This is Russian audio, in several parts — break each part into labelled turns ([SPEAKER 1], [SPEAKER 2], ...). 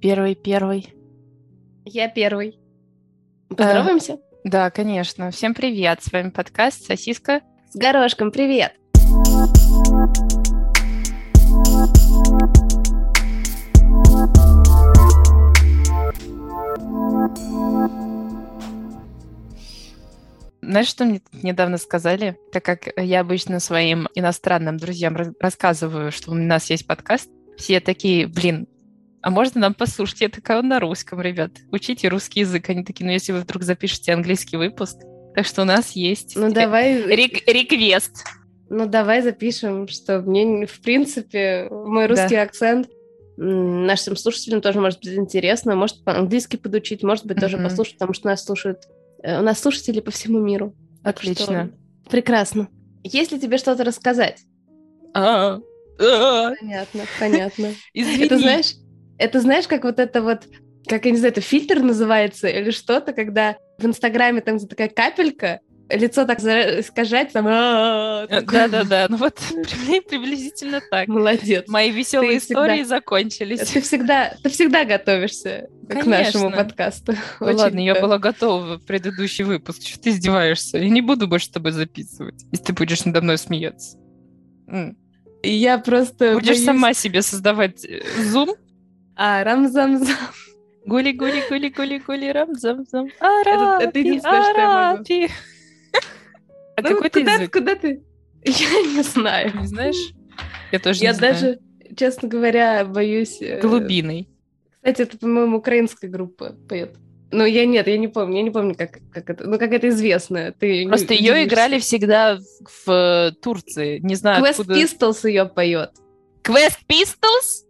[SPEAKER 1] Первый, первый.
[SPEAKER 2] Я первый. А, Поздороваемся?
[SPEAKER 1] Да, конечно. Всем привет. С вами подкаст «Сосиска».
[SPEAKER 2] С горошком, привет!
[SPEAKER 1] Знаешь, что мне тут недавно сказали? Так как я обычно своим иностранным друзьям раз- рассказываю, что у нас есть подкаст, все такие, блин, а можно нам послушать? Я такая, он на русском, ребят. Учите русский язык. Они такие, ну если вы вдруг запишете английский выпуск, так что у нас есть
[SPEAKER 2] Ну давай,
[SPEAKER 1] рек- реквест.
[SPEAKER 2] ну давай запишем, что мне, в принципе, мой
[SPEAKER 1] Да.
[SPEAKER 2] русский акцент м, нашим слушателям тоже может быть интересно, может по-английски подучить, может быть, тоже
[SPEAKER 1] Мгм.
[SPEAKER 2] послушать, потому что нас слушают, э, у нас слушатели по всему миру. Так что
[SPEAKER 1] Отлично.
[SPEAKER 2] прекрасно. Если тебе что-то рассказать?
[SPEAKER 1] А, а,
[SPEAKER 2] Понятно, понятно.
[SPEAKER 1] Извини.
[SPEAKER 2] Это знаешь, это знаешь, как вот это вот, как я не знаю, это фильтр называется или что-то, когда в Инстаграме там такая капелька, лицо так за- искажать, там «А-а-а»,
[SPEAKER 1] Э,
[SPEAKER 2] такое.
[SPEAKER 1] Да-да-да, ну вот примерно- приблизительно так.
[SPEAKER 2] молодец.
[SPEAKER 1] Мои веселые
[SPEAKER 2] Ты всегда-
[SPEAKER 1] истории закончились.
[SPEAKER 2] Ты всегда, ты всегда готовишься к нашему
[SPEAKER 1] Конечно.
[SPEAKER 2] подкасту.
[SPEAKER 1] Ну
[SPEAKER 2] Очень
[SPEAKER 1] ладно, я
[SPEAKER 2] да.
[SPEAKER 1] была готова в предыдущий выпуск. Что ты издеваешься? Я не буду больше с тобой записывать, если ты будешь надо мной смеяться. М.
[SPEAKER 2] И Я просто
[SPEAKER 1] Будешь
[SPEAKER 2] Э, боюсь.
[SPEAKER 1] сама себе создавать э, зум.
[SPEAKER 2] А, рамзамзам.
[SPEAKER 1] Гули, гули, гули, гули, гули, рам, зам, зам.
[SPEAKER 2] это единственное, что я могу.
[SPEAKER 1] А
[SPEAKER 2] Ну,
[SPEAKER 1] какой ты
[SPEAKER 2] куда,
[SPEAKER 1] язык?
[SPEAKER 2] куда ты? Я не знаю.
[SPEAKER 1] Не знаешь? Я тоже не
[SPEAKER 2] Я
[SPEAKER 1] знаю.
[SPEAKER 2] даже, честно говоря, боюсь... э,
[SPEAKER 1] Глубиной.
[SPEAKER 2] Кстати, это, по-моему, украинская группа поет. Ну, я нет, я не помню, я не помню, как, как это. Ну, как это известно. Ты э, не
[SPEAKER 1] Просто ее
[SPEAKER 2] удивишься.
[SPEAKER 1] играли всегда в, в, э, Турции. Не знаю,
[SPEAKER 2] Quest
[SPEAKER 1] откуда...
[SPEAKER 2] Pistols ее поет.
[SPEAKER 1] Quest Pistols?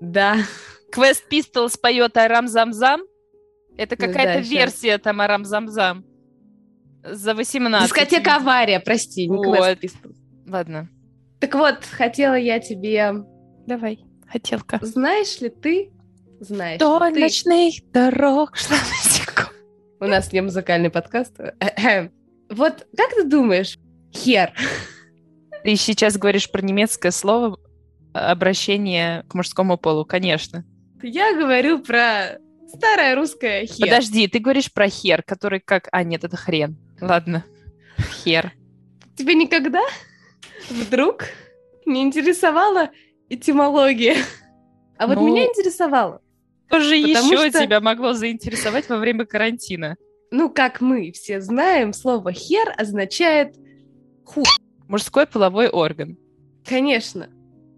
[SPEAKER 2] Да.
[SPEAKER 1] Quest Pistols поет Арам Замзам? Это
[SPEAKER 2] Ну да,
[SPEAKER 1] какая-то
[SPEAKER 2] щас.
[SPEAKER 1] версия там Арам Замзам. За 18.
[SPEAKER 2] Дискотека авария, прости, не
[SPEAKER 1] Вот.
[SPEAKER 2] Quest Pistols.
[SPEAKER 1] Ладно.
[SPEAKER 2] Так вот, хотела я тебе...
[SPEAKER 1] Давай, хотелка.
[SPEAKER 2] Знаешь ли ты... Знаешь
[SPEAKER 1] Вдоль
[SPEAKER 2] ли ты...
[SPEAKER 1] ночных дорог шла босиком.
[SPEAKER 2] У нас не музыкальный подкаст. Вот как ты думаешь, хер?
[SPEAKER 1] Ты сейчас говоришь про немецкое слово а, обращение к мужскому полу, конечно.
[SPEAKER 2] Я говорю про старое русское хер.
[SPEAKER 1] Подожди, ты говоришь про хер, который как... А, нет, это хрен. Ладно. Хер.
[SPEAKER 2] Тебе никогда вдруг не интересовала этимология? А вот
[SPEAKER 1] Ну,
[SPEAKER 2] меня интересовало.
[SPEAKER 1] Что же
[SPEAKER 2] Потому
[SPEAKER 1] еще
[SPEAKER 2] что-
[SPEAKER 1] тебя могло заинтересовать во время карантина?
[SPEAKER 2] Ну, как мы все знаем, слово «хер» означает «ху».
[SPEAKER 1] Мужской половой орган.
[SPEAKER 2] Конечно.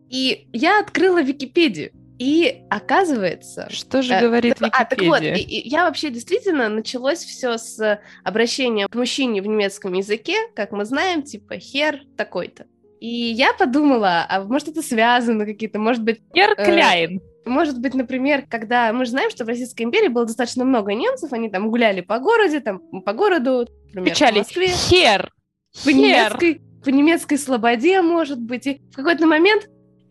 [SPEAKER 2] И я открыла Википедию. И оказывается...
[SPEAKER 1] Что же
[SPEAKER 2] э,
[SPEAKER 1] говорит
[SPEAKER 2] так- а, так вот, и-
[SPEAKER 1] Википедия?
[SPEAKER 2] и я вообще действительно началось все с обращения к мужчине в немецком языке, как мы знаем, типа «хер» такой-то. И я подумала, а может это связано какие-то, может быть,
[SPEAKER 1] Хер
[SPEAKER 2] э,
[SPEAKER 1] Кляйн.
[SPEAKER 2] Может быть, например, когда мы же знаем, что в Российской империи было достаточно много немцев, они там гуляли по городе, там по городу, например, в
[SPEAKER 1] Печали.
[SPEAKER 2] Москве,
[SPEAKER 1] Хер.
[SPEAKER 2] по
[SPEAKER 1] Хер.
[SPEAKER 2] немецкой, по немецкой слободе, может быть, и в какой-то момент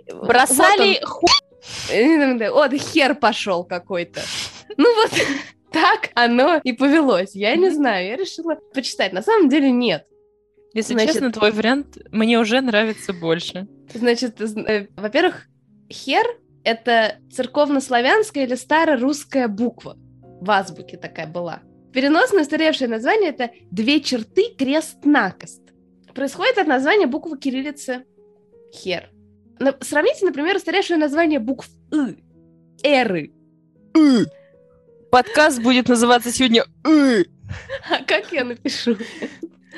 [SPEAKER 2] э,
[SPEAKER 1] Бросали ху...
[SPEAKER 2] вот он, э, вот хер пошел какой-то. Ну вот так оно и повелось. Я не
[SPEAKER 1] Мгм.
[SPEAKER 2] знаю, я решила почитать. На самом деле нет.
[SPEAKER 1] Если
[SPEAKER 2] значит-
[SPEAKER 1] честно, твой вариант мне уже нравится больше.
[SPEAKER 2] Значит, з- э, во-первых, хер — это церковнославянская или старорусская буква. В азбуке такая была. Переносное устаревшее название — это «две черты крест-накрест». Происходит от названия буквы кириллицы «хер». На- сравните, например, устаревшее название букв «ы», «эры».
[SPEAKER 1] Подкаст будет называться сегодня «Ы».
[SPEAKER 2] А как я напишу?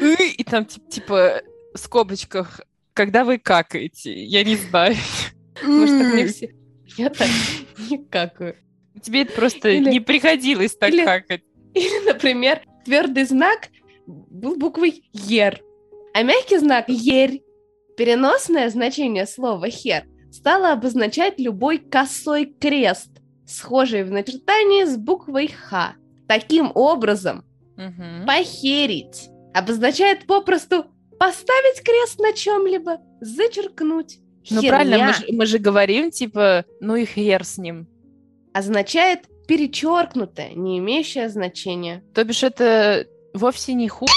[SPEAKER 1] «Ы», и там тип- типа в скобочках, когда вы какаете, я не знаю.
[SPEAKER 2] Может, так мне все... Я так э, не какаю.
[SPEAKER 1] Тебе это просто
[SPEAKER 2] Или-
[SPEAKER 1] не приходилось так
[SPEAKER 2] или-
[SPEAKER 1] какать.
[SPEAKER 2] Или, например, твердый знак был буквой «ер», а мягкий знак «ерь». Переносное значение слова «хер» стало обозначать любой косой крест, схожий в начертании с буквой «х». Таким образом,
[SPEAKER 1] Мгм.
[SPEAKER 2] «похерить» обозначает попросту поставить крест на чем-либо, зачеркнуть.
[SPEAKER 1] Ну
[SPEAKER 2] Херня
[SPEAKER 1] правильно, мы же, мы же говорим, типа, ну и хер с ним.
[SPEAKER 2] означает перечеркнутое, не имеющее значения.
[SPEAKER 1] То бишь это вовсе не ху...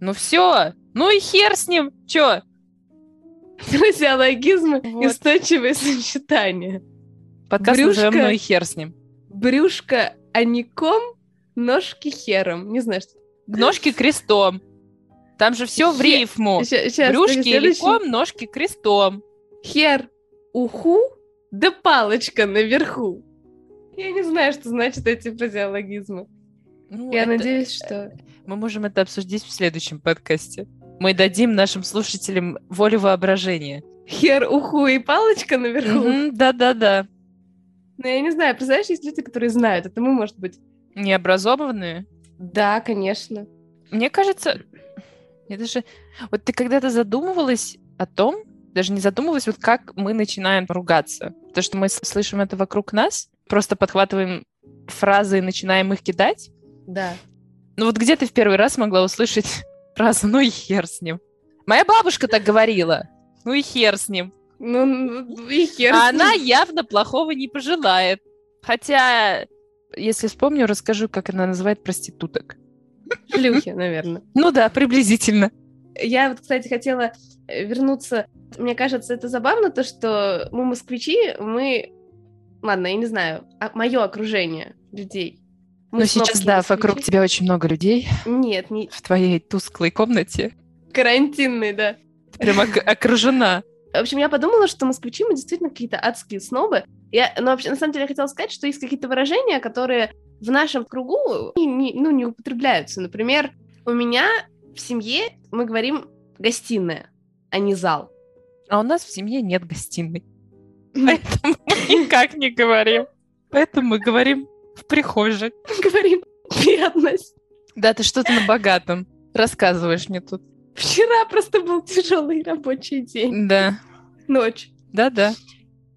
[SPEAKER 1] Ну все, ну и хер с ним, чё?
[SPEAKER 2] Друзья, логизмы
[SPEAKER 1] Вот.
[SPEAKER 2] и устойчивые сочетания.
[SPEAKER 1] Подкаст
[SPEAKER 2] Брюшка.
[SPEAKER 1] назовем «Ну и хер с ним».
[SPEAKER 2] Брюшко аником, ножки хером. Не знаю, что.
[SPEAKER 1] Ножки крестом. Там же все в
[SPEAKER 2] Хе-
[SPEAKER 1] рифму.
[SPEAKER 2] Ща- щас,
[SPEAKER 1] Брюшки
[SPEAKER 2] подожди, следующий.
[SPEAKER 1] ликом, ножки крестом.
[SPEAKER 2] Хер, уху, да палочка наверху. Я не знаю, что значат эти фразеологизмы.
[SPEAKER 1] Ну,
[SPEAKER 2] Я
[SPEAKER 1] это-
[SPEAKER 2] надеюсь, что...
[SPEAKER 1] Мы можем это обсудить в следующем подкасте. Мы дадим нашим слушателям волю воображения.
[SPEAKER 2] Хер, уху и палочка наверху.
[SPEAKER 1] Мгм, Да-да-да.
[SPEAKER 2] Но я не знаю, представляешь, есть люди, которые знают. Это мы, может быть...
[SPEAKER 1] Необразованные.
[SPEAKER 2] Да, конечно.
[SPEAKER 1] Мне кажется, я даже... Вот ты когда-то задумывалась о том, даже не задумывалась, вот как мы начинаем ругаться. То, что мы с- слышим это вокруг нас, просто подхватываем фразы и начинаем их кидать.
[SPEAKER 2] Да.
[SPEAKER 1] Ну вот где ты в первый раз могла услышать фразу «ну и хер с ним»? Моя бабушка так говорила. Ну и хер с ним.
[SPEAKER 2] Ну, Ну, и хер.
[SPEAKER 1] А
[SPEAKER 2] с ним.
[SPEAKER 1] она явно плохого не пожелает. Хотя, если вспомню, расскажу, как она называет проституток.
[SPEAKER 2] Шлюхи, наверное.
[SPEAKER 1] Ну да, приблизительно.
[SPEAKER 2] Я вот, кстати, хотела э, вернуться. Мне кажется, это забавно, то, что мы москвичи, мы... Ладно, я не знаю, мое окружение людей.
[SPEAKER 1] Но
[SPEAKER 2] Мы
[SPEAKER 1] Ну, сейчас,
[SPEAKER 2] снобские
[SPEAKER 1] да, вокруг
[SPEAKER 2] москвичи.
[SPEAKER 1] тебя очень много людей
[SPEAKER 2] Нет, не
[SPEAKER 1] в твоей тусклой комнате.
[SPEAKER 2] карантинные, да.
[SPEAKER 1] Ты прям ок- окружена.
[SPEAKER 2] В общем, я подумала, что москвичи мы действительно какие-то адские снобы. Я, но вообще, на самом деле, я хотела сказать, что есть какие-то выражения, которые в нашем кругу не, не- ну, не употребляются. Например, у меня в семье мы говорим «гостиная», а не «зал».
[SPEAKER 1] А у нас в семье нет гостиной. Поэтому мы никак не говорим. Поэтому мы говорим в прихожей.
[SPEAKER 2] говорим бедность.
[SPEAKER 1] Да, ты что-то на богатом. Рассказываешь мне тут.
[SPEAKER 2] Вчера просто был тяжелый рабочий день.
[SPEAKER 1] Да.
[SPEAKER 2] Ночь.
[SPEAKER 1] Да-да.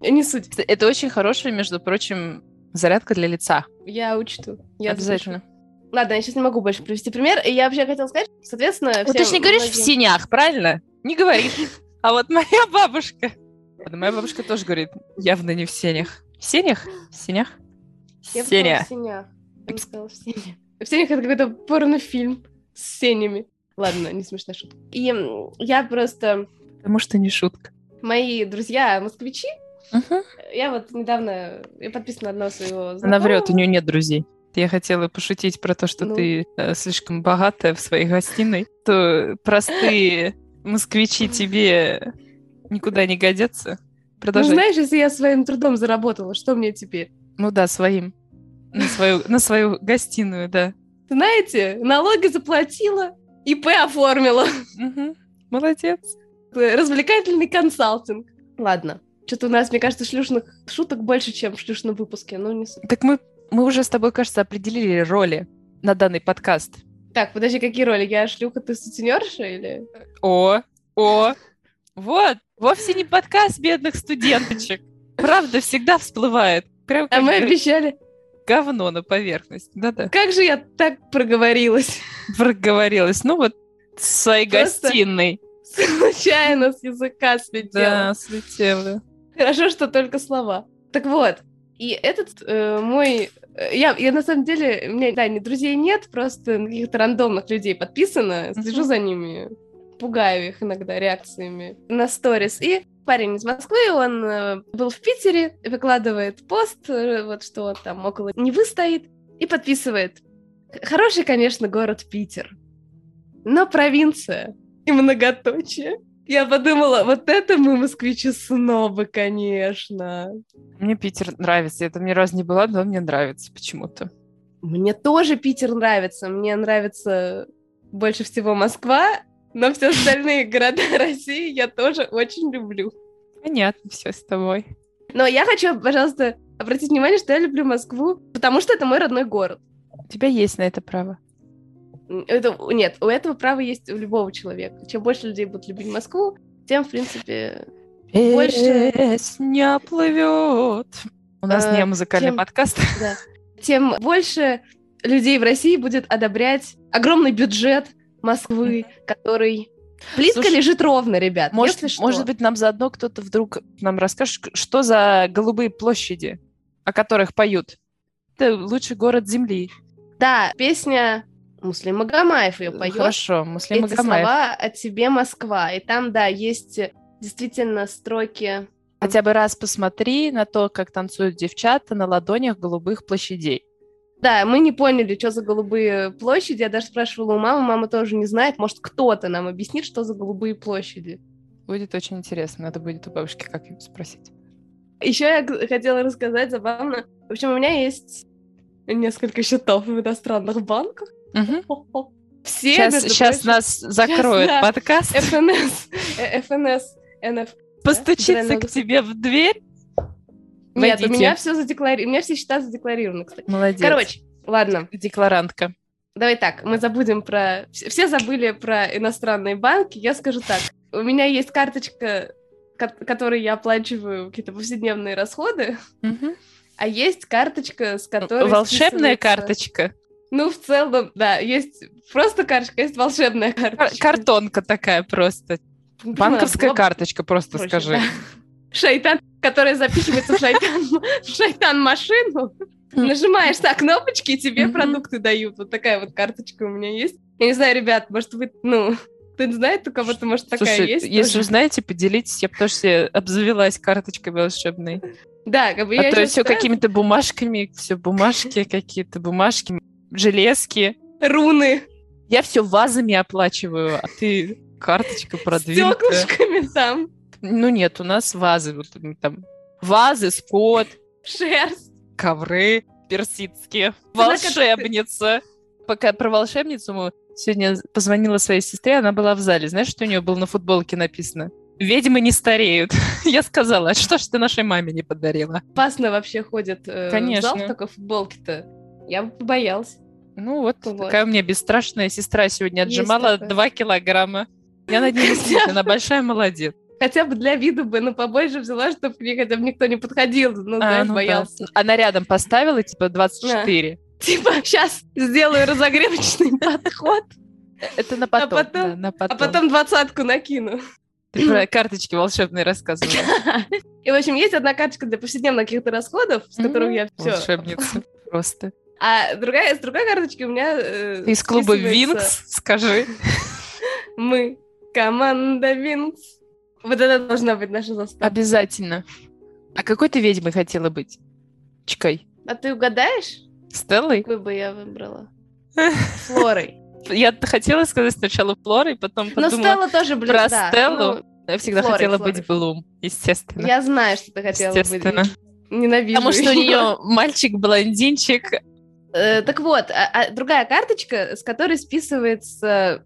[SPEAKER 2] Не суть.
[SPEAKER 1] Это очень хорошая, между прочим, зарядка для лица.
[SPEAKER 2] Я учту. Я
[SPEAKER 1] Обязательно.
[SPEAKER 2] запишу. Ладно, я сейчас не могу больше привести пример. И я вообще хотела сказать, что, соответственно...
[SPEAKER 1] Ну,
[SPEAKER 2] все
[SPEAKER 1] ты же не говоришь в
[SPEAKER 2] многие-
[SPEAKER 1] синях, правильно? Не говоришь. А вот моя бабушка... Ладно, Моя бабушка тоже говорит, явно не в сенях. В сенях? В сенях?
[SPEAKER 2] Я бы сказала,
[SPEAKER 1] Сеня.
[SPEAKER 2] в сенях. Я бы сказала, в сенях. В сенях это какой-то порнофильм с сенями. Ладно, не смешная шутка. И м, я просто...
[SPEAKER 1] Потому что не шутка.
[SPEAKER 2] Мои друзья москвичи, я вот недавно... Я подписана на одного своего
[SPEAKER 1] Она
[SPEAKER 2] знакомого.
[SPEAKER 1] врет, у нее нет друзей. Я хотела пошутить про то, что
[SPEAKER 2] Ну.
[SPEAKER 1] ты э, слишком богатая в своей гостиной, то простые москвичи тебе никуда не годятся.
[SPEAKER 2] Ну,
[SPEAKER 1] Продолжай.
[SPEAKER 2] знаешь, если я своим трудом заработала, что мне теперь?
[SPEAKER 1] Ну да, своим. На свою, на свою гостиную, да.
[SPEAKER 2] Знаете, налоги заплатила, ИП оформила.
[SPEAKER 1] Мгм. Молодец.
[SPEAKER 2] Развлекательный консалтинг. Ладно. Что-то у нас, мне кажется, шлюшных шуток больше, чем в шлюшном выпуске. Ну, не... с-
[SPEAKER 1] Так мы, мы уже с тобой, кажется, определили роли на данный подкаст.
[SPEAKER 2] Так, подожди, какие роли? Я шлюха, ты сутенерша или...
[SPEAKER 1] О, о, вот, вовсе не подкаст бедных студенточек. Правда всегда всплывает. Прям
[SPEAKER 2] А
[SPEAKER 1] как
[SPEAKER 2] мы
[SPEAKER 1] гр-
[SPEAKER 2] обещали.
[SPEAKER 1] говно на поверхность. Да-да,
[SPEAKER 2] Как же я так проговорилась?
[SPEAKER 1] проговорилась. Ну вот, в своей
[SPEAKER 2] Просто
[SPEAKER 1] гостиной.
[SPEAKER 2] Случайно с языка слетела.
[SPEAKER 1] Да, слетела.
[SPEAKER 2] Хорошо, что только слова. Так вот, и этот э, мой... э, Я, я на самом деле, у меня, да, ни друзей нет, просто на каких-то рандомных людей подписана, слежу
[SPEAKER 1] Мгм.
[SPEAKER 2] за ними, пугаю их иногда реакциями на сторис. И парень из Москвы, он э, был в Питере, выкладывает пост, э, вот что он там около Невы стоит, и подписывает. Хороший, конечно, город Питер, но провинция и многоточие. Я подумала, вот это мы, москвичи, снобы, конечно.
[SPEAKER 1] Мне Питер нравится. Я там ни разу не была, но мне нравится почему-то.
[SPEAKER 2] Мне тоже Питер нравится. Мне нравится больше всего Москва, но все остальные города России я тоже очень люблю.
[SPEAKER 1] Понятно все с тобой.
[SPEAKER 2] Но я хочу, пожалуйста, обратить внимание, что я люблю Москву, потому что это мой родной город.
[SPEAKER 1] У тебя есть на это право.
[SPEAKER 2] Это, нет, у этого права есть у любого человека. Чем больше людей будут любить Москву, тем, в принципе... Больше-
[SPEAKER 1] Песня плывет. У нас
[SPEAKER 2] Э,
[SPEAKER 1] не музыкальный
[SPEAKER 2] чем-
[SPEAKER 1] подкаст.
[SPEAKER 2] Да. Тем больше людей в России будет одобрять огромный бюджет Москвы, который... Плитка
[SPEAKER 1] Слушай,
[SPEAKER 2] лежит ровно, ребят.
[SPEAKER 1] Может,
[SPEAKER 2] если что.
[SPEAKER 1] может быть, нам заодно кто-то вдруг нам расскажет, к- что за голубые площади, о которых поют. Это лучший город Земли.
[SPEAKER 2] Да, песня Муслим Магомаев ее поет.
[SPEAKER 1] Хорошо, Муслим
[SPEAKER 2] Эти
[SPEAKER 1] Магомаев.
[SPEAKER 2] слова о тебе, Москва. И там, да, есть действительно строки
[SPEAKER 1] Хотя бы раз посмотри на то, как танцуют девчата на ладонях голубых площадей.
[SPEAKER 2] Да, мы не поняли, что за голубые площади. Я даже спрашивала у мамы, мама тоже не знает. Может, кто-то нам объяснит, что за голубые площади.
[SPEAKER 1] Будет очень интересно. Надо будет у бабушки как ее спросить.
[SPEAKER 2] Еще я хотела рассказать забавно. В общем, у меня есть несколько счетов в иностранных банках. Хо-хо. Все,
[SPEAKER 1] Сейчас,
[SPEAKER 2] между
[SPEAKER 1] сейчас
[SPEAKER 2] прочим,
[SPEAKER 1] нас закроют
[SPEAKER 2] да.
[SPEAKER 1] подкаст.
[SPEAKER 2] ФНС, э, ФНС, НФ.
[SPEAKER 1] Постучится к
[SPEAKER 2] Здравия
[SPEAKER 1] тебе в дверь.
[SPEAKER 2] Нет, у
[SPEAKER 1] Войдите.
[SPEAKER 2] меня все задекларировано, у меня все счета задекларированы, кстати.
[SPEAKER 1] Молодец.
[SPEAKER 2] Короче, ладно,
[SPEAKER 1] декларантка.
[SPEAKER 2] давай так, мы забудем про... Все все забыли про иностранные банки, я скажу так. У меня есть карточка, ко- которой я оплачиваю какие-то повседневные расходы, а есть карточка, с которой...
[SPEAKER 1] Волшебная
[SPEAKER 2] списывается-
[SPEAKER 1] карточка.
[SPEAKER 2] Ну, в целом, да, есть просто карточка, есть волшебная
[SPEAKER 1] Кар-
[SPEAKER 2] карточка.
[SPEAKER 1] Картонка такая просто. Банковская
[SPEAKER 2] карта.
[SPEAKER 1] карточка, просто
[SPEAKER 2] Проще,
[SPEAKER 1] скажи.
[SPEAKER 2] да. Шайтан, который запихивается в шайтан, в шайтан-машину.
[SPEAKER 1] Мгм.
[SPEAKER 2] Нажимаешь на кнопочки, и тебе
[SPEAKER 1] Хм. Мгм.
[SPEAKER 2] продукты дают. Вот такая вот карточка у меня есть. Я не знаю, ребят, может вы, ну, кто не знает, у кого-то, может, такая
[SPEAKER 1] Слушай,
[SPEAKER 2] есть.
[SPEAKER 1] если
[SPEAKER 2] тоже.
[SPEAKER 1] вы знаете, поделитесь. Я бы тоже себе обзавелась карточкой волшебной.
[SPEAKER 2] Да, как бы я
[SPEAKER 1] а то
[SPEAKER 2] щас
[SPEAKER 1] все
[SPEAKER 2] пытаюсь-
[SPEAKER 1] какими-то бумажками, все бумажки какие-то, бумажки, железки.
[SPEAKER 2] Руны
[SPEAKER 1] Я все вазами оплачиваю, а ты карточка
[SPEAKER 2] с
[SPEAKER 1] продвинутая.
[SPEAKER 2] стеклышками там,
[SPEAKER 1] Ну нет, у нас вазы. Вот, м, там, вазы, скот,
[SPEAKER 2] шерсть.
[SPEAKER 1] ковры персидские.
[SPEAKER 2] Она как ты.
[SPEAKER 1] Волшебница. Пока про волшебницу мы сегодня позвонила своей сестре, она была в зале. Знаешь, что у нее было на футболке написано? Ведьмы не стареют. Я сказала, «А что ж ты нашей маме не подарила?
[SPEAKER 2] Опасно вообще ходит э, в
[SPEAKER 1] Конечно.
[SPEAKER 2] зал в такой футболке-то. Я бы побоялась.
[SPEAKER 1] Ну вот,
[SPEAKER 2] Вот.
[SPEAKER 1] такая у меня бесстрашная сестра сегодня
[SPEAKER 2] Есть
[SPEAKER 1] отжимала
[SPEAKER 2] такое.
[SPEAKER 1] 2 килограмма. Я над ней действительно, она большая молодец.
[SPEAKER 2] Хотя бы для вида бы, но побольше взяла, чтобы к ней хотя бы никто не подходил, ну,
[SPEAKER 1] А,
[SPEAKER 2] знаешь,
[SPEAKER 1] ну да.
[SPEAKER 2] боялся.
[SPEAKER 1] Она рядом поставила, типа, 24.
[SPEAKER 2] Типа, сейчас сделаю разогревочный подход,
[SPEAKER 1] Это на потом.
[SPEAKER 2] потом-
[SPEAKER 1] да, на
[SPEAKER 2] а
[SPEAKER 1] потом.
[SPEAKER 2] потом двадцатку накину.
[SPEAKER 1] Ты про карточки волшебные рассказывала.
[SPEAKER 2] И, в общем, есть одна карточка для повседневных каких-то расходов, с которых я все.
[SPEAKER 1] Волшебница просто.
[SPEAKER 2] А другая, с другой карточки у меня... э,
[SPEAKER 1] Из клуба
[SPEAKER 2] списывается
[SPEAKER 1] Винкс, скажи.
[SPEAKER 2] Мы, команда Винкс. Вот это должна быть наша заставка.
[SPEAKER 1] Обязательно. А какой ты ведьмой хотела быть? Чекай.
[SPEAKER 2] А ты угадаешь,
[SPEAKER 1] Стеллой?
[SPEAKER 2] какую бы я выбрала? Флорой.
[SPEAKER 1] Я хотела сказать сначала Флорой, потом
[SPEAKER 2] Но
[SPEAKER 1] подумала.
[SPEAKER 2] Ну, Стелла тоже, блин,
[SPEAKER 1] про
[SPEAKER 2] да.
[SPEAKER 1] Стеллу Я всегда
[SPEAKER 2] Флорой,
[SPEAKER 1] хотела
[SPEAKER 2] Флорой.
[SPEAKER 1] быть Блум,
[SPEAKER 2] Ну,
[SPEAKER 1] естественно.
[SPEAKER 2] Я знаю, что ты хотела быть.
[SPEAKER 1] Естественно.
[SPEAKER 2] Ненавижу
[SPEAKER 1] Потому что у
[SPEAKER 2] её.
[SPEAKER 1] нее мальчик-блондинчик.
[SPEAKER 2] Э, так вот, а- а другая карточка, с которой списывается,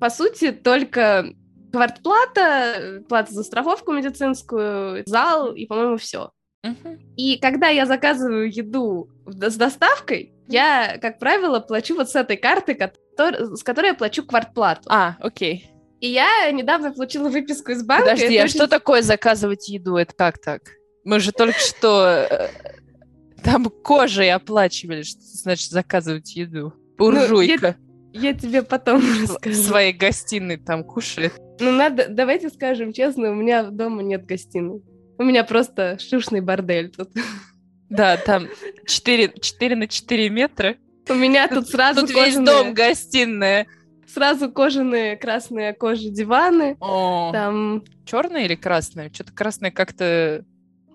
[SPEAKER 2] по сути, только квартплата, э, плата за страховку медицинскую, зал и, по-моему, все.
[SPEAKER 1] Мгм.
[SPEAKER 2] И когда я заказываю еду в до- с доставкой, я, как правило, плачу вот с этой карты, котор- с которой я плачу квартплату.
[SPEAKER 1] А, окей.
[SPEAKER 2] И я недавно получила выписку из банка.
[SPEAKER 1] Подожди,
[SPEAKER 2] это
[SPEAKER 1] а
[SPEAKER 2] очень
[SPEAKER 1] что такое заказывать еду? Это как так? Мы же только что э, там кожей оплачивали, что значит заказывать еду. Буржуйка
[SPEAKER 2] Я тебе потом
[SPEAKER 1] в
[SPEAKER 2] расскажу.
[SPEAKER 1] своей гостиной там кушает.
[SPEAKER 2] Ну, надо, давайте скажем честно, у меня дома нет гостиной. У меня просто шушный бордель тут.
[SPEAKER 1] Да, там 4, на 4 метра.
[SPEAKER 2] У меня тут сразу
[SPEAKER 1] Тут весь
[SPEAKER 2] кожаные-
[SPEAKER 1] дом гостиная.
[SPEAKER 2] сразу кожаные красные кожи диваны, там
[SPEAKER 1] Черная или красная? Что-то красное как-то...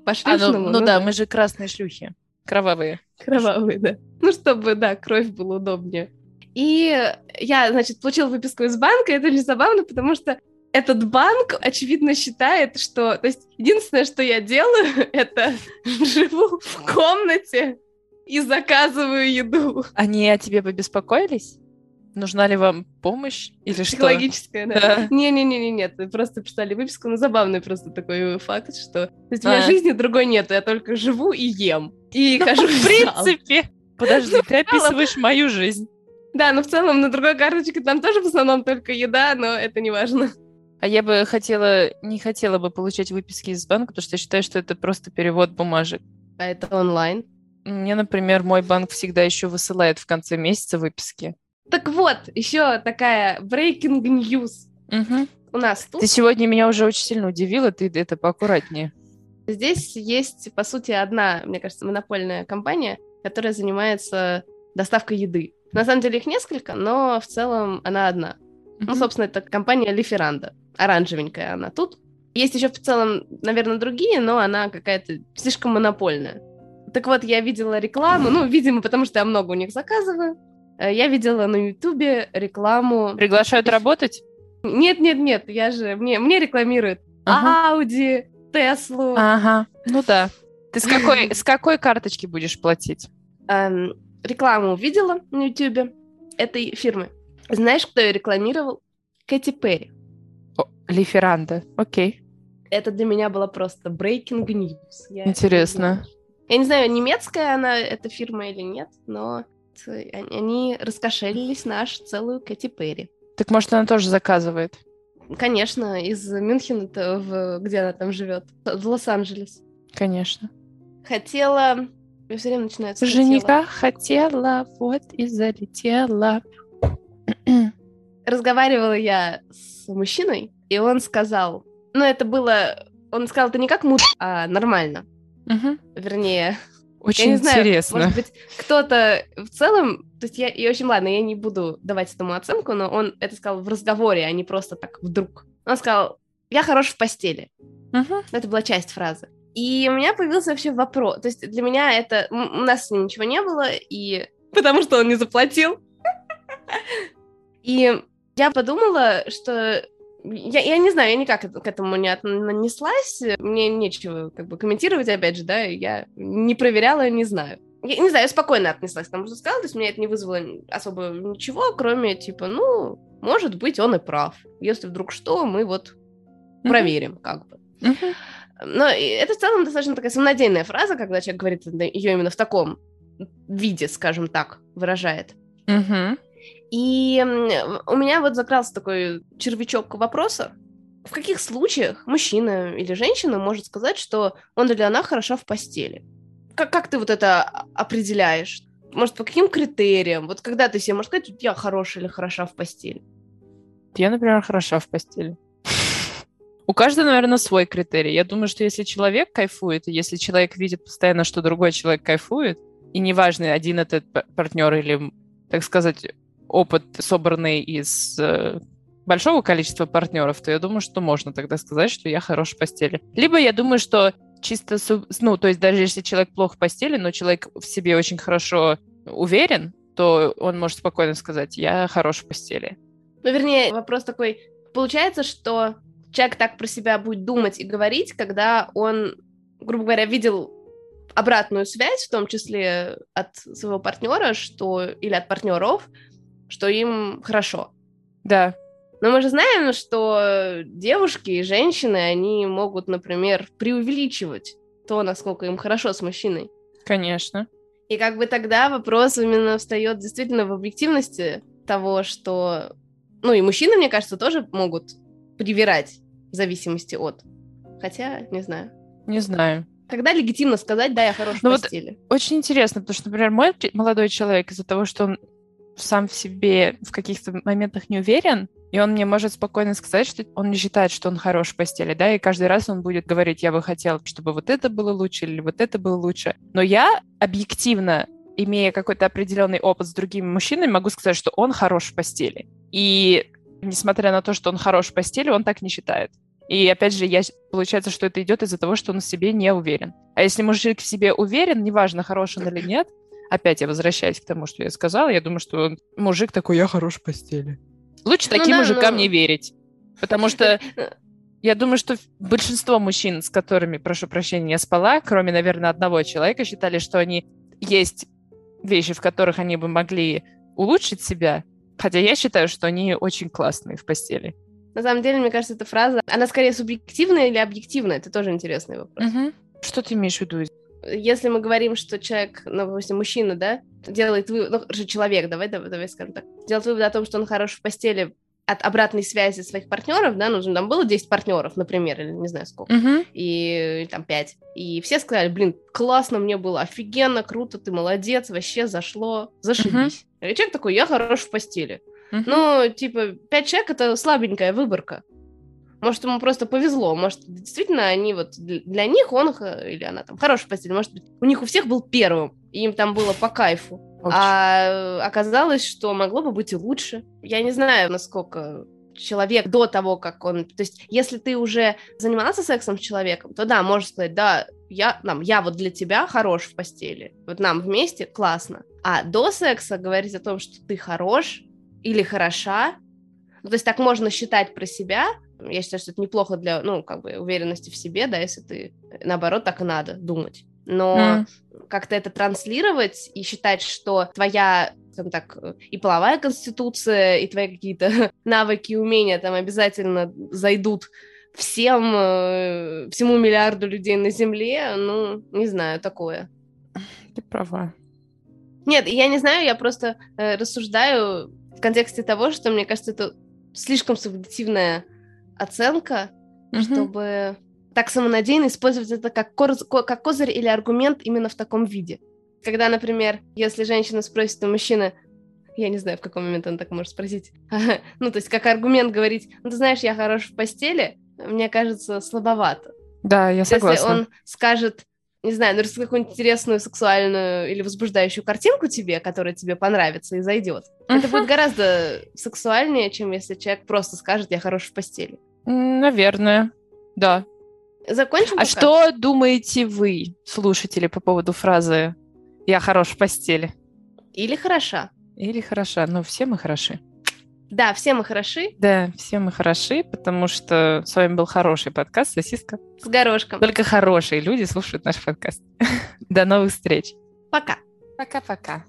[SPEAKER 2] по
[SPEAKER 1] А, ну,
[SPEAKER 2] шлюшному,
[SPEAKER 1] ну да, мы же красные шлюхи. Кровавые.
[SPEAKER 2] кровавые, да. Ну, чтобы, да, кровь была удобнее. И я, значит, получила выписку из банка, и это очень забавно, потому что этот банк, очевидно, считает, что... То есть единственное, что я делаю, это живу в комнате и заказываю еду.
[SPEAKER 1] Они о тебе побеспокоились? Нужна ли вам помощь или что?
[SPEAKER 2] Психологическое,
[SPEAKER 1] Да.
[SPEAKER 2] да. Не-не-не, нет, просто писали выписку, но забавный просто такой факт, что... То есть у меня
[SPEAKER 1] А. Ну,
[SPEAKER 2] жизни другой нет, я только живу и ем. И хожу
[SPEAKER 1] В принципе. Подожди, ты описываешь мою жизнь.
[SPEAKER 2] Да, но в целом на другой карточке там тоже в основном только еда, но это не важно.
[SPEAKER 1] А я бы хотела, не хотела бы получать выписки из банка, потому что я считаю, что это просто перевод бумажек.
[SPEAKER 2] А это онлайн.
[SPEAKER 1] Мне, например, мой банк всегда еще высылает в конце месяца выписки.
[SPEAKER 2] Так вот, еще такая breaking news
[SPEAKER 1] Мгм.
[SPEAKER 2] у нас тут.
[SPEAKER 1] Ты сегодня меня уже очень сильно удивила, ты это поаккуратнее.
[SPEAKER 2] Здесь есть, по сути, одна, мне кажется, монопольная компания, которая занимается доставкой еды. На самом деле их несколько, но в целом она одна. Ну,
[SPEAKER 1] Мгм.
[SPEAKER 2] собственно, это компания Лиферанда. Оранжевенькая она тут. Есть еще в целом, наверное, другие, но она какая-то слишком монопольная. Так вот, я видела рекламу, ну, видимо, потому что я много у них заказываю. Э, Я видела на Ютубе рекламу...
[SPEAKER 1] Приглашают работать?
[SPEAKER 2] Нет, нет, нет, я же... Мне, мне рекламируют
[SPEAKER 1] Ага.
[SPEAKER 2] Ауди, Теслу.
[SPEAKER 1] Ага. Ну да. Ты с какой, с какой карточки будешь платить?
[SPEAKER 2] эм, рекламу увидела на Ютубе этой фирмы. Знаешь, кто ее рекламировал? Кэти Перри.
[SPEAKER 1] О, Лиферанда. Окей.
[SPEAKER 2] Это для меня было просто breaking news. Я-
[SPEAKER 1] Интересно.
[SPEAKER 2] Я не знаю, немецкая она эта фирма или нет, но т- они- они раскошелились наш целую Кэти Перри.
[SPEAKER 1] Так может, она тоже заказывает?
[SPEAKER 2] Конечно, из Мюнхена, -то в, где она там живет, в Лос-Анджелес.
[SPEAKER 1] Конечно.
[SPEAKER 2] Хотела... Я все время начинаю с «хотела».
[SPEAKER 1] Жениха хотела, вот и залетела.
[SPEAKER 2] разговаривала я с мужчиной, и он сказал, ну это было, он сказал, это не как мут, а нормально.
[SPEAKER 1] Мгм.
[SPEAKER 2] Вернее, я
[SPEAKER 1] Очень
[SPEAKER 2] не знаю,
[SPEAKER 1] интересно.
[SPEAKER 2] может быть, кто-то в целом, то есть я, и в общем, ладно, я не буду давать этому оценку, но он это сказал в разговоре, а не просто так вдруг. Он сказал, я хорош в постели.
[SPEAKER 1] Мгм.
[SPEAKER 2] Ну, Это была часть фразы. И у меня появился вообще вопрос. То есть для меня это... м, У нас с ним ничего не было, и... Потому что он не заплатил. И я подумала, что... Я, я не знаю, я никак это- к этому не отнеслась. Мне нечего как бы комментировать, опять же, да, я не проверяла, не знаю. Я не знаю, я спокойно отнеслась к тому, что сказала, то есть меня это не вызвало н- особо ничего, кроме типа, ну, может быть, он и прав. Если вдруг что, мы вот
[SPEAKER 1] Мгм.
[SPEAKER 2] проверим, как бы.
[SPEAKER 1] Мгм.
[SPEAKER 2] Но и это в целом достаточно такая самонадеянная фраза, когда человек говорит ее именно в таком виде, скажем так, выражает.
[SPEAKER 1] Мгм.
[SPEAKER 2] И м, у меня вот закрался такой червячок вопроса. В каких случаях мужчина или женщина может сказать, что он или она хороша в постели? Как, как ты вот это о- определяешь? Может, по каким критериям? Вот когда ты себе можешь сказать, я хорошая или хороша в постели?
[SPEAKER 1] Я, например, хороша в постели. У каждого, наверное, свой критерий. Я думаю, что если человек кайфует, и если человек видит постоянно, что другой человек кайфует, и неважно, один этот партнер или, так сказать, опыт, собранный из э, большого количества партнеров, то я думаю, что можно тогда сказать, что я хорош в постели. Либо я думаю, что чисто, суб- ну, то есть даже если человек плох в постели, но человек в себе очень хорошо уверен, то он может спокойно сказать, я хорош в постели.
[SPEAKER 2] Ну, вернее, вопрос такой. Получается, что человек так про себя будет думать и говорить, когда он, грубо говоря, видел обратную связь, в том числе от своего партнера, что или от партнеров, что им хорошо.
[SPEAKER 1] Да,
[SPEAKER 2] Но мы же знаем, что девушки и женщины, они могут, например, преувеличивать то, насколько им хорошо с мужчиной.
[SPEAKER 1] Конечно.
[SPEAKER 2] И как бы тогда вопрос именно встает действительно в объективности того, что... Ну и мужчины, мне кажется, тоже могут привирать в зависимости от. Хотя, не знаю.
[SPEAKER 1] Не знаю.
[SPEAKER 2] Когда легитимно сказать, да, я хорош
[SPEAKER 1] Ну
[SPEAKER 2] в
[SPEAKER 1] вот-
[SPEAKER 2] постели?
[SPEAKER 1] Очень интересно, потому что, например, мой ч- молодой человек из-за того, что он сам в себе в каких-то моментах не уверен, и он мне может спокойно сказать, что он не считает, что он хорош в постели, да, и каждый раз он будет говорить, я бы хотел, чтобы вот это было лучше или вот это было лучше. Но я объективно, имея какой-то определенный опыт с другими мужчинами, могу сказать, что он хорош в постели. И несмотря на то, что он хорош в постели, он так не считает. И опять же, я, с- получается, что это идет из-за того, что он в себе не уверен. А если мужик в себе уверен, неважно, хорош он или нет, опять я возвращаюсь к тому, что я сказала, я думаю, что он- мужик такой, я хорош в постели. Лучше
[SPEAKER 2] Ну
[SPEAKER 1] таким
[SPEAKER 2] да,
[SPEAKER 1] мужикам
[SPEAKER 2] ну.
[SPEAKER 1] не верить. Потому что я думаю, что большинство мужчин, с которыми, прошу прощения, я спала, кроме, наверное, одного человека, считали, что они есть вещи, в которых они бы могли улучшить себя. Хотя я считаю, что они очень классные в постели.
[SPEAKER 2] На самом деле, мне кажется, эта фраза, она скорее субъективная или объективная? Это тоже интересный вопрос.
[SPEAKER 1] Что ты имеешь в виду?
[SPEAKER 2] Если мы говорим, что человек, ну, допустим, мужчина, да, делает вывод, ну, хорошо, человек, давай, давай, давай скажем так, делает вывод о том, что он хорош в постели от обратной связи своих партнеров, да, ну, там было 10 партнеров, например, или не знаю сколько, и э, там 5. И все сказали, блин, классно мне было, офигенно, круто, ты молодец, вообще зашло, зашибись. И человек такой, я хорош в постели. Ну, типа, 5 человек — это слабенькая выборка. Может, ему просто повезло, может, действительно, они вот, дл- для них он х- или она там хорош в постели, может быть, у них у всех был первым, и им там было по кайфу. А э, оказалось, что могло бы быть и лучше. Я не знаю, насколько человек до того, как он... То есть, если ты уже занимался сексом с человеком, то да, можешь сказать, да, я, нам, я вот для тебя хорош в постели, вот нам вместе классно. А до секса говорить о том, что ты хорош или хороша, ну, то есть так можно считать про себя, я считаю, что это неплохо для, ну, как бы уверенности в себе, да, если ты, наоборот, так и надо думать. Но mm. как-то это транслировать и считать, что твоя там так, э, и половая конституция, и твои какие-то навыки и умения там обязательно зайдут всем, всему миллиарду людей на Земле, ну, не знаю, такое.
[SPEAKER 1] Ты права.
[SPEAKER 2] Нет, я не знаю, я просто э, рассуждаю в контексте того, что, мне кажется, это слишком субъективная оценка, угу. чтобы так самонадеянно использовать это как, корз, как козырь или аргумент именно в таком виде. Когда, например, если женщина спросит у мужчины, я не знаю, в какой момент он так может спросить, ну, то есть как аргумент говорить, ну, ты знаешь, я хорош в постели, мне кажется, слабовато.
[SPEAKER 1] Да, я согласна.
[SPEAKER 2] Если он скажет, не знаю, ну, какую-нибудь интересную сексуальную или возбуждающую картинку тебе, которая тебе понравится и зайдет, uh-huh. это будет гораздо сексуальнее, чем если человек просто скажет, я хорош в постели.
[SPEAKER 1] Наверное, да.
[SPEAKER 2] Закончим.
[SPEAKER 1] А пока? что думаете вы, слушатели, по поводу фразы "Я хорош в постели"?
[SPEAKER 2] Или хороша?
[SPEAKER 1] Или хороша? Ну все мы хороши.
[SPEAKER 2] Да, все мы хороши.
[SPEAKER 1] Да, все мы хороши, потому что с вами был хороший подкаст «Сосиска».
[SPEAKER 2] С горошком.
[SPEAKER 1] Только хорошие люди слушают наш подкаст. До новых встреч.
[SPEAKER 2] Пока.
[SPEAKER 1] Пока-пока.